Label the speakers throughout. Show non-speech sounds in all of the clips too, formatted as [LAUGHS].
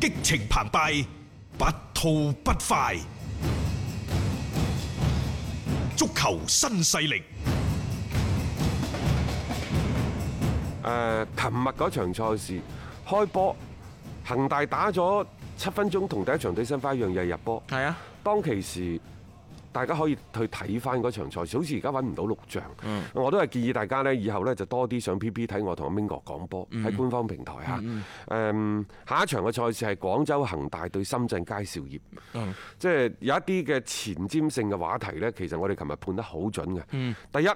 Speaker 1: 激情澎湃，不吐不快。足球新勢力，
Speaker 2: 誒，琴日嗰場賽事開波，恒大打咗七分鐘，同第一場對申花一樣，又係入波。
Speaker 3: 係啊，
Speaker 2: 當其時，大家可以去睇翻嗰場賽事，好似而家揾唔到錄像。我都係建議大家呢，以後呢就多啲上 PP 睇我同阿 Ming 哥講波，喺官方平台嚇。誒、下一場嘅賽事係廣州恒大對深圳佳兆業。即係有一啲嘅前瞻性嘅話題呢，其實我哋琴日判得好準嘅。第一，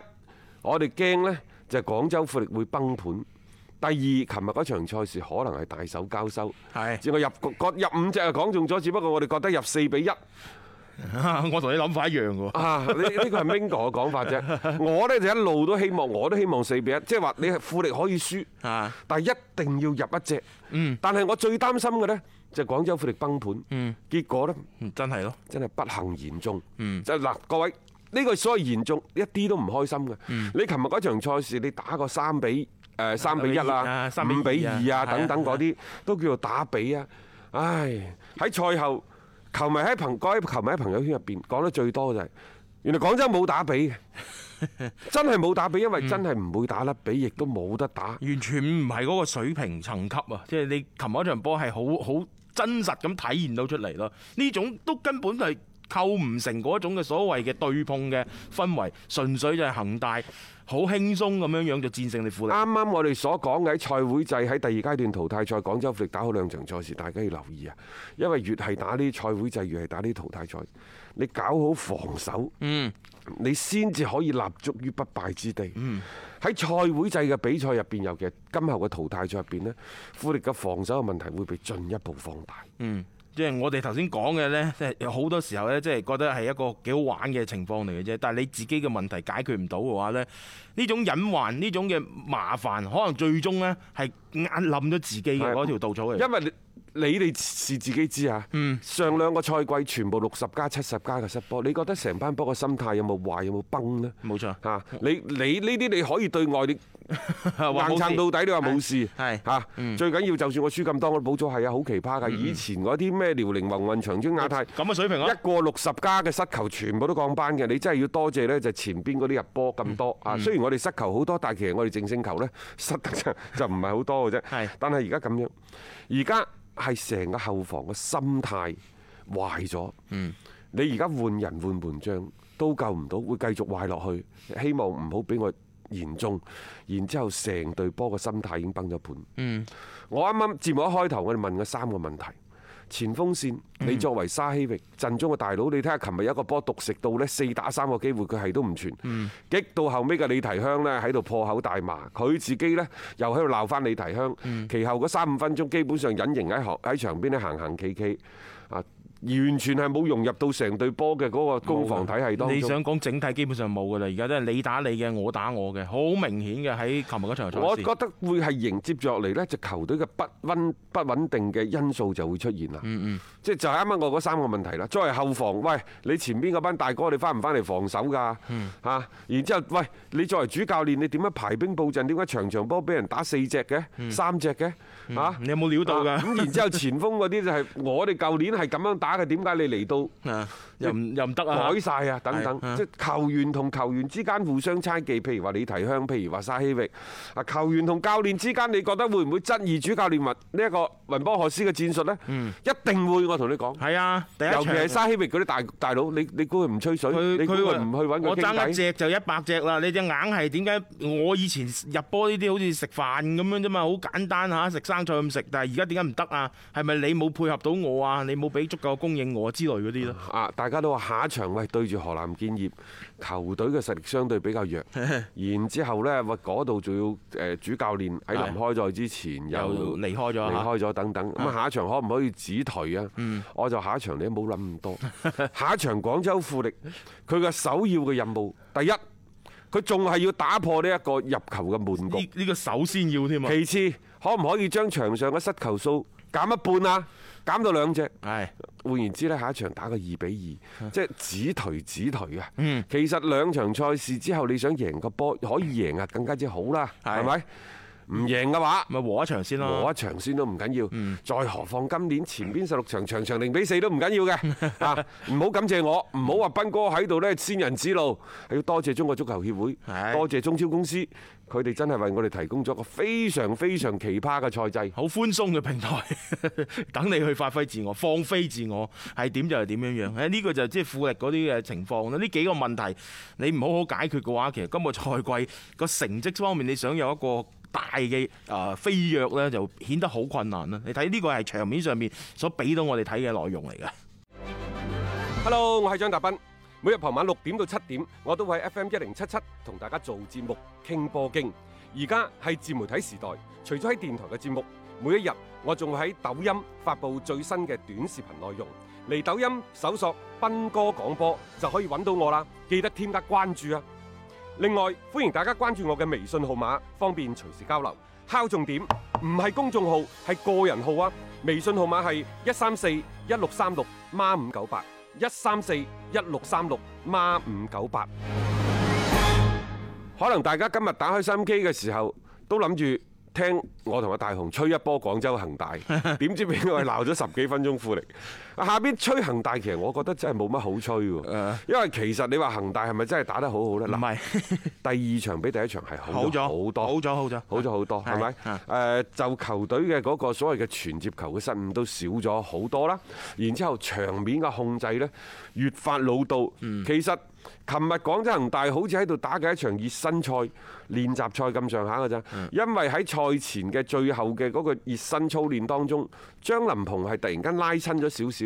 Speaker 2: 我哋驚呢就係廣州富力會崩盤。第二，琴日嗰場賽事可能係大手交收，
Speaker 3: 係
Speaker 2: 只我入個個入五隻啊講中咗，只不過我哋覺得入四比一
Speaker 3: 我同你諗法一樣嘅喎。
Speaker 2: 啊！呢呢個係 Ming 哥嘅講法
Speaker 3: [LAUGHS]
Speaker 2: 啫。我呢就一路都希望，我都希望四比一，即係話你係富力可以輸，
Speaker 3: 啊嗯
Speaker 2: 但係一定要入一隻。但係我最擔心嘅呢，就係廣州富力崩盤，結果呢。
Speaker 3: 嗯真係咯，
Speaker 2: 真係不幸言中。就嗱，各位呢個所謂言中一啲都唔開心嘅。你琴日嗰場賽事，你打個三比誒三比一啊、
Speaker 3: 三比二啊
Speaker 2: 五比二啊
Speaker 3: 係啊
Speaker 2: 等等嗰啲，都叫做打比啊。唉，喺賽後，球迷喺朋各位球迷喺朋友圈入邊講得最多就係。原來廣州冇打比
Speaker 3: [LAUGHS]
Speaker 2: 嘅，真係冇打比，因為真係唔會打甩比，亦都冇得打。
Speaker 3: 完全唔係嗰個水平層級啊！即係你琴嗰場波係好好真實咁體現到出嚟咯。呢種都根本係構唔成嗰種嘅所謂嘅對碰嘅氛圍，純粹就係恒大好輕鬆咁樣樣就戰勝你富力。
Speaker 2: 啱啱我哋所講嘅喺賽會制喺第二階段淘汰賽，廣州富力打好兩場賽事，大家要留意啊！因為越係打呢啲賽會制，越係打呢啲淘汰賽，你搞好防守，
Speaker 3: 嗯，
Speaker 2: 你先至可以立足於不敗之地。喺賽會制嘅比賽入邊，尤其係今後嘅淘汰賽入邊呢，富力嘅防守嘅問題會被進一步放大。
Speaker 3: 嗯，即係我哋頭先講嘅呢，即係有好多時候呢，即係覺得係一個幾好玩嘅情況嚟嘅啫。但係你自己嘅問題解決唔到嘅話呢，呢種隱患、呢種嘅麻煩，可能最終呢係壓冧咗自己嘅
Speaker 2: 係
Speaker 3: 嗰條稻草嚟。
Speaker 2: 因為你你哋是自己知啊。
Speaker 3: 嗯
Speaker 2: 上兩個賽季全部六十加七十加嘅失波，你覺得成班波嘅心態有冇壞有冇崩呢？
Speaker 3: 冇錯
Speaker 2: 嚇、你你呢啲你可以對外你
Speaker 3: [LAUGHS]
Speaker 2: 硬
Speaker 3: 話啊冇事嗯
Speaker 2: 撐到底，你話冇事
Speaker 3: 係
Speaker 2: 嚇。最緊要就算我輸咁多，我補咗係啊，好奇葩㗎。
Speaker 3: 嗯
Speaker 2: 以前嗰啲咩遼寧宏運、長春亞泰。
Speaker 3: 咁嘅水平咯
Speaker 2: 一。個六十加嘅失球全部都降班嘅，你真係要多謝呢，就前邊嗰啲入波咁多啊！雖然我哋失 [LAUGHS] 球好多，但係其實我哋淨勝球呢，失得就就唔係好多嘅
Speaker 3: 係
Speaker 2: 啫。但係而家咁樣，而家係成個後防嘅心態壞咗。你而家換人換門將都救唔到，會繼續壞落去。希望唔好俾我言中，然之後成隊波嘅心態已經崩咗盤。我啱啱節目一開頭，我哋問咗三個問題。前鋒線，你作為沙希域陣中嘅大佬，你睇下琴日有一個波獨食到呢四打三個機會，佢係都唔傳，激到後尾嘅李提香呢喺度破口大罵，佢自己呢又喺度鬧翻李提香。其後嗰三五分鐘基本上隱形喺行喺場邊咧行行企企啊，完全係冇融入到成隊波嘅嗰個攻防體系當
Speaker 3: 你
Speaker 2: 中。
Speaker 3: 想講整體基本上冇噶啦，而家都係你打你嘅，我打我嘅，好明顯嘅喺琴日嗰場賽
Speaker 2: 我
Speaker 3: 事。
Speaker 2: 覺得會係迎接落嚟呢，就球隊嘅不穩不穩定嘅因素就會出現啦。
Speaker 3: 嗯
Speaker 2: 即係就係啱啱我嗰三個問題啦。作為後防，喂，你前邊嗰班大哥，你翻唔翻嚟防守㗎？
Speaker 3: 嗯
Speaker 2: 嚇，然之後，喂，你作為主教練，你點樣排兵布陣？點解場場波俾人打四隻嘅、三隻嘅？嚇，
Speaker 3: 嗯你有冇料到㗎
Speaker 2: 啊咁然之後前鋒嗰啲就係 [LAUGHS] 我哋舊年係咁樣打嘅，點解你嚟到？
Speaker 3: 啊又唔又唔得啊
Speaker 2: 改！晒啊！等等
Speaker 3: 係啊，
Speaker 2: 即係球員同球員之間互相猜忌。譬如話李提香，譬如話沙希域啊，球員同教練之間，你覺得會唔會質疑主教練雲呢一個雲波學斯嘅戰術呢？
Speaker 3: 嗯
Speaker 2: 一定會，我同你講。
Speaker 3: 係啊，第一
Speaker 2: 尤其係
Speaker 3: 場
Speaker 2: 沙希域嗰啲大大佬，你你估佢唔吹水？
Speaker 3: 佢
Speaker 2: 你估
Speaker 3: 佢
Speaker 2: 佢
Speaker 3: 話
Speaker 2: 唔去揾佢
Speaker 3: 我爭一
Speaker 2: 傾偈？
Speaker 3: 隻就一百隻啦，你隻硬係點解？我以前入波呢啲好似食飯咁樣啫嘛，好簡單嚇，食生菜咁食。但係而家點解唔得啊？係咪你冇配合到我啊？你冇俾足夠嘅供應我之類嗰啲咯？
Speaker 2: 啊！大家都話下一場喂對住河南建業，球隊嘅實力相對比較
Speaker 3: [LAUGHS]
Speaker 2: 弱，然之後呢，喂嗰度仲要誒主教練喺臨開賽之前
Speaker 3: 又
Speaker 2: 又
Speaker 3: 離開咗啊
Speaker 2: 離
Speaker 3: 嚇
Speaker 2: 開咗等等。咁啊下一場可唔可以止退啊？
Speaker 3: 嗯
Speaker 2: 我就下一場你都冇諗咁多。
Speaker 3: [LAUGHS]
Speaker 2: 下一場廣州富力，佢嘅首要嘅任務，第一，佢仲係要打破呢一個入球嘅悶局
Speaker 3: 呢。呢個首先要添啊！
Speaker 2: 其次，可唔可以將場上嘅失球數減一半啊？減到兩隻。
Speaker 3: 係
Speaker 2: 換言之咧，下一場打個二比
Speaker 3: 啊
Speaker 2: 二，即係止頹止頹啊！
Speaker 3: 嗯
Speaker 2: 其實兩場賽事之後，你想贏個波可以贏啊，更加之好啦，
Speaker 3: 係嗯
Speaker 2: 係咪？唔贏嘅話，
Speaker 3: 咪和一場先咯
Speaker 2: 和。一場先都唔緊要。
Speaker 3: 嗯
Speaker 2: 再何況今年前邊十六場場場零比四都唔緊要嘅
Speaker 3: [LAUGHS]
Speaker 2: 啊！唔好感謝我，唔好話斌哥喺度呢先人指路，係要多謝中國足球協會，
Speaker 3: 係
Speaker 2: 多謝中超公司，佢哋真係為我哋提供咗一個非常非常奇葩嘅賽制。
Speaker 3: 好寬鬆嘅平台， [LAUGHS] 等你去發揮自我，放飛自我，係點就係點樣樣。誒，呢個就即係富力嗰啲嘅情況啦。呢幾個問題你唔好好解決嘅話，其實今個賽季個成績方面，你想有一個大嘅誒飛躍呢，就顯得好困難啦。你睇呢個係場面上面所俾到我哋睇嘅內容嚟嘅。
Speaker 2: Hello，我係張達斌。每日傍晚六點到七點，我都會喺 FM 一零七七同大家做節目傾波經。而家係自媒體時代，除咗喺電台嘅節目，每一日我仲會喺抖音發布最新嘅短視頻內容。嚟抖音搜索斌哥廣播就可以揾到我啦，記得添加關注啊！另外，歡迎大家關注我嘅微信號碼，方便隨時交流。敲重點，唔係公眾號，係個人號啊！微信號碼係一三四一六三六孖五九八一三四一六三六孖五九八。可能大家今日打開心機嘅時候，都諗住聽我同阿大雄吹一波廣州恒大，點知俾我哋鬧咗十幾分鐘富力。下邊吹恒大，其實我覺得真係冇乜好吹喎
Speaker 3: 誒，
Speaker 2: 因為其實你話恒大係咪真係打得好好呢？
Speaker 3: 唔
Speaker 2: 嗱，
Speaker 3: 係
Speaker 2: 第二場比第一場係好
Speaker 3: 好咗
Speaker 2: 咗好多，
Speaker 3: 好咗好咗
Speaker 2: 好咗好多，
Speaker 3: 係
Speaker 2: 係
Speaker 3: 係
Speaker 2: 咪？誒，就球隊嘅嗰個所謂嘅傳接球嘅失誤都少咗好多啦。然之後場面嘅控制呢，越發老道。
Speaker 3: 嗯
Speaker 2: 其實琴日廣州恒大好似喺度打嘅一場熱身賽、練習賽咁上下㗎咋，
Speaker 3: 嗯
Speaker 2: 因為喺賽前嘅最後嘅嗰個熱身操練當中，張林鵬係突然間拉親咗少少，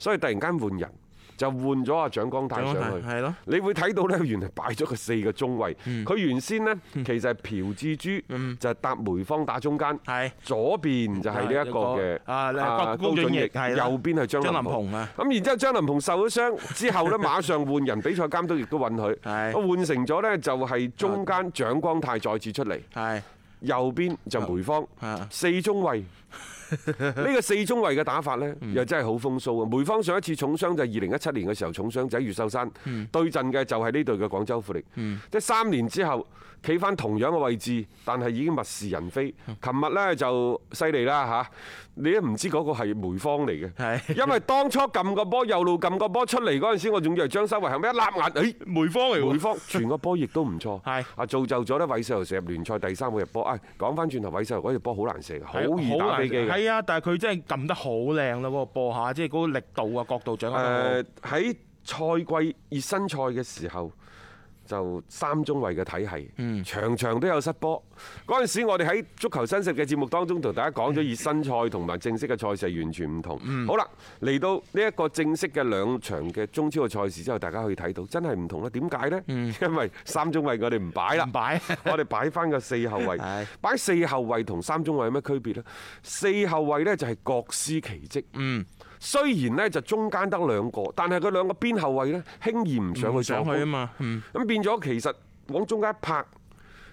Speaker 2: 所以突然間換人。就換咗阿蔣光太上
Speaker 3: 嗯蔣光
Speaker 2: 去，
Speaker 3: 太係咯
Speaker 2: 你會睇到呢，原來擺咗個四個中衞。
Speaker 3: 嗯
Speaker 2: 佢原先呢，其實係朴志洙，就係搭梅芳打中間，
Speaker 3: 係嗯
Speaker 2: 左邊就係呢一個嘅
Speaker 3: 啊
Speaker 2: 啊
Speaker 3: 高準翼係啦
Speaker 2: 右邊係張林
Speaker 3: 張林
Speaker 2: 鵬
Speaker 3: 鵬啊。
Speaker 2: 咁然之後張林鵬受咗傷之後呢，馬上換人，比賽監督亦都允許，
Speaker 3: 係
Speaker 2: 換成咗呢，就係中間蔣光太再次出嚟，
Speaker 3: 係
Speaker 2: 右邊就梅芳
Speaker 3: 啊，
Speaker 2: 四中
Speaker 3: [LAUGHS]
Speaker 2: 衞。呢個四中衞嘅打法呢，
Speaker 3: 嗯
Speaker 2: 又真係好風騷啊！梅芳上一次重傷就係二零一七年嘅時候重傷，就喺越秀山
Speaker 3: 嗯
Speaker 2: 對陣嘅就係呢隊嘅廣州富力。即係三年之後企翻同樣嘅位置，但係已經物是人非。
Speaker 3: 嗯
Speaker 2: 琴日呢就犀利啦嚇，你都唔知嗰個係梅芳嚟嘅。
Speaker 3: 係
Speaker 2: 因為當初撳個波右路撳個波出嚟嗰陣時，我仲以為張修維後尾一擸眼，誒、
Speaker 3: 梅芳嚟
Speaker 2: 梅
Speaker 3: 喎，
Speaker 2: 方傳個波亦都唔錯，
Speaker 3: [LAUGHS] 係
Speaker 2: 啊造就咗咧韋世豪射入聯賽第三個入波。啊講翻轉頭，韋世豪嗰條波好難射嘅，好易打飛機嘅。
Speaker 3: 係啊，但係佢真係撳得好靚咯，嗰個波下，即係嗰個力度啊、角度掌握得
Speaker 2: 誒
Speaker 3: 好。
Speaker 2: 喺賽季熱身賽嘅時候。就三中衞嘅體系，
Speaker 3: 嗯
Speaker 2: 場場都有失波。嗰陣時，我哋喺足球新勢力嘅節目當中同大家講咗熱身賽同埋正式嘅賽事係完全唔同。
Speaker 3: 嗯
Speaker 2: 好啦，嚟到呢一個正式嘅兩場嘅中超嘅賽事之後，大家可以睇到真係唔同啦。點解呢？ [LAUGHS] 因為三中衞我哋唔擺啦
Speaker 3: 嗯唔，擺
Speaker 2: [LAUGHS] 我哋擺翻個四後
Speaker 3: [LAUGHS] 係
Speaker 2: 衞，擺四後衞同三中衞有咩區別呢？四後衞呢就係各司其職。嗯，雖然呢就中間得兩個，但係佢兩個邊後衞呢，輕易唔上去
Speaker 3: 上
Speaker 2: 助
Speaker 3: 去啊
Speaker 2: 攻。
Speaker 3: 嘛，嗯，
Speaker 2: 咁變咗其實往中間一拍，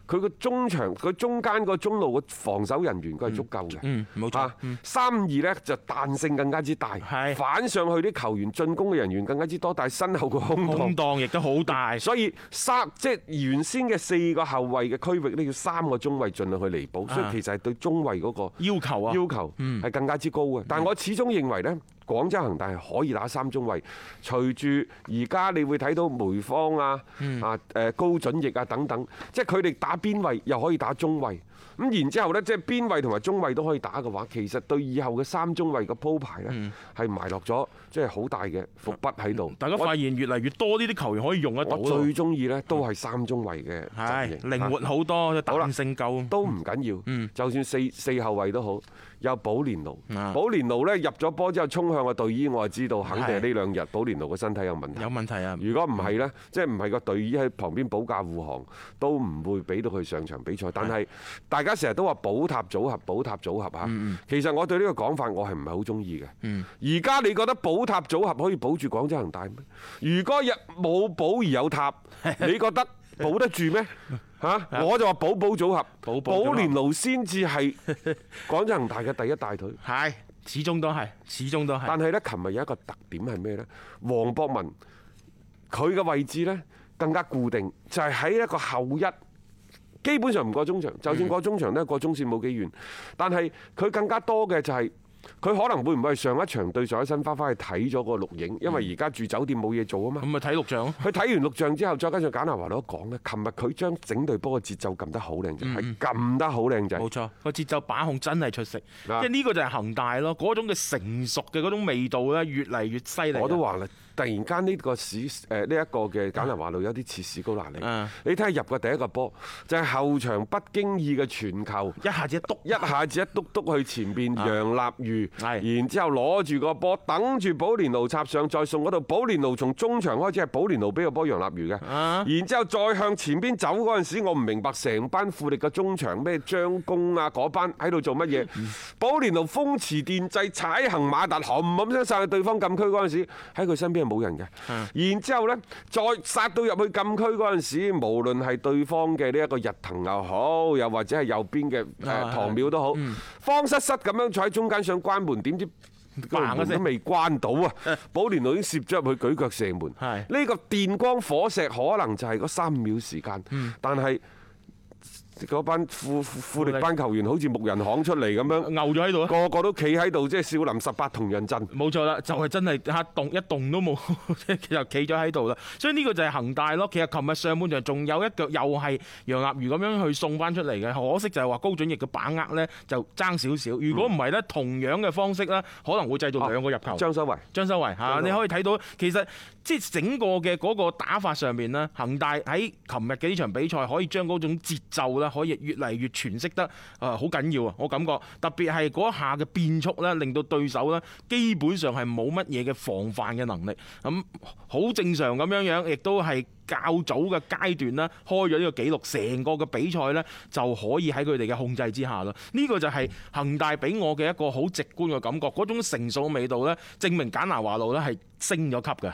Speaker 2: 佢個中場佢中間個中路嘅防守人員佢係足夠嘅。
Speaker 3: 嗯冇錯
Speaker 2: 啊三二呢就彈性更加之大，
Speaker 3: 係
Speaker 2: 反上去啲球員進攻嘅人員更加之多，但係身後個空檔
Speaker 3: 空。檔亦都好大，
Speaker 2: 所以三即係原先嘅四個後衞嘅區域呢，要三個中衞盡量去彌補，
Speaker 3: 啊
Speaker 2: 所以其實係對中衞嗰個
Speaker 3: 要求啊，
Speaker 2: 要求係更加之高嘅。
Speaker 3: 嗯
Speaker 2: 但係我始終認為呢，廣州恒大係可以打三中衞。隨住而家你會睇到梅芳啊、
Speaker 3: 嗯
Speaker 2: 啊誒高準翼啊等等，即係佢哋打邊衞又可以打中衞。咁然之後呢，即係邊衞同埋中衞都可以打嘅話，其實對以後嘅三中衞嘅鋪排呢，係埋落咗即係好大嘅伏筆喺度。
Speaker 3: 嗯大家
Speaker 2: 我
Speaker 3: 發現越嚟越多呢啲球員可以用得到
Speaker 2: 我
Speaker 3: 咯，
Speaker 2: 最中意呢都係三中衞嘅陣
Speaker 3: 係
Speaker 2: 型，
Speaker 3: 靈活好多，
Speaker 2: 好啦
Speaker 3: 彈性夠，
Speaker 2: 都唔緊
Speaker 3: 嗯
Speaker 2: 要。就算四四後衞都好，有保連奴
Speaker 3: 啊，
Speaker 2: 保連奴呢入咗波之後衝向個隊醫，我就知道肯定係呢
Speaker 3: 係
Speaker 2: 兩日保連奴個身體有問題
Speaker 3: 有。問題啊，
Speaker 2: 如果唔係呢，即係唔係個隊醫喺旁邊保駕護航，都唔會俾到佢上場比賽。但係大家成日都話寶塔組合、寶塔組合嚇，
Speaker 3: 嗯
Speaker 2: 其實我對呢個講法我係唔係好中意嘅。而家你覺得寶塔組合可以保住廣州恒大咩？如果日冇寶而有
Speaker 3: [LAUGHS]
Speaker 2: 塔，你覺得保得住咩？嚇！我就話寶寶組合，
Speaker 3: 寶啊寶組
Speaker 2: 寶
Speaker 3: 合
Speaker 2: 連奴先至係廣州恒大嘅第一大腿。
Speaker 3: 係，啊始終都係，始終都係
Speaker 2: 但，係呢，琴日有一個特點係咩呢？黃博文佢嘅位置呢更加固定，就係喺一個後一基本上唔過中場，就算過中場咧，過中線冇幾遠。但係佢更加多嘅就係、佢可能會唔會係上一場對上一身花花去睇咗個錄影，因為而家住酒店冇嘢做啊嘛
Speaker 3: 咁。咪睇錄像咯。
Speaker 2: 佢睇完錄像之後，再加上簡拿華都講咧，琴日佢將整隊波嘅節奏撳得好靚仔，係撳得好靚仔。
Speaker 3: 冇錯，個節奏把控真係出色，即
Speaker 2: 啊
Speaker 3: 係呢個就係恒大咯，嗰種嘅成熟嘅嗰種味道咧，越嚟越犀利。啊
Speaker 2: 我都話啦，突然間呢個史誒呢一個嘅簡拿華路有啲似史高拿利
Speaker 3: 嗯。
Speaker 2: 你睇下入嘅第一個波就係、後場不經意嘅傳球。
Speaker 3: 一下子一篤
Speaker 2: 一下子一篤篤去前邊楊立瑜，
Speaker 3: 啊係
Speaker 2: 然之後攞住個波，等住保連奴插上，再送嗰度。保連奴從中場開始係保連奴俾個波楊立瑜嘅，
Speaker 3: 啊
Speaker 2: 然之後再向前邊走嗰陣時，我唔明白成班富力嘅中場咩張公啊嗰班喺度做乜嘢？保連奴風馳電掣踩行馬達，冚冚聲散去對方禁區嗰陣時，喺佢身邊係冇人嘅。
Speaker 3: 啊
Speaker 2: 然之後呢，再殺到入去禁區嗰陣時，無論係對方嘅呢一個日騰又好，又或者係右邊嘅誒
Speaker 3: 啊
Speaker 2: 唐淼都好，方失失咁樣坐喺中間想關門，點知個
Speaker 3: 嘭一
Speaker 2: 門
Speaker 3: 聲
Speaker 2: 都未關到啊！保連奴已經攝咗入去舉腳射門，
Speaker 3: 係
Speaker 2: 呢個電光火石可能就係嗰三秒時間，但係。嗰班富富富力
Speaker 3: 富力
Speaker 2: 班球員好似木人巷出嚟咁樣，
Speaker 3: 牛咗喺度啊！
Speaker 2: 個個都企喺度，即係少林十八銅人陣。
Speaker 3: 冇錯啦，就係、真係嚇動一動都冇， [LAUGHS] 即係就企咗喺度啦。所以呢個就係恒大咯。其實琴日上半場仲有一腳又係楊立瑜咁樣去送翻出嚟嘅，可惜就係話高準翼嘅把握呢就爭少少。如果唔係呢，同樣嘅方式呢，可能會製
Speaker 2: 哦
Speaker 3: 造兩個入球。
Speaker 2: 張修維
Speaker 3: 張修維嚇，
Speaker 2: 張修維
Speaker 3: 你可以睇到其實即係整個嘅嗰個打法上面呢，恒大喺琴日嘅呢場比賽可以將嗰種節奏呢，可以越嚟越詮釋得誒好緊要啊！我感覺特別係嗰一下嘅變速呢，令到對手呢基本上係冇乜嘢嘅防範嘅能力，咁好正常咁樣樣，亦都係。較早嘅階段啦，開咗呢個紀錄，成個嘅比賽呢就可以喺佢哋嘅控制之下啦。呢個就係恒大俾我嘅一個好直觀嘅感覺，嗰種成熟嘅味道呢，證明簡拿華路呢係升咗級嘅。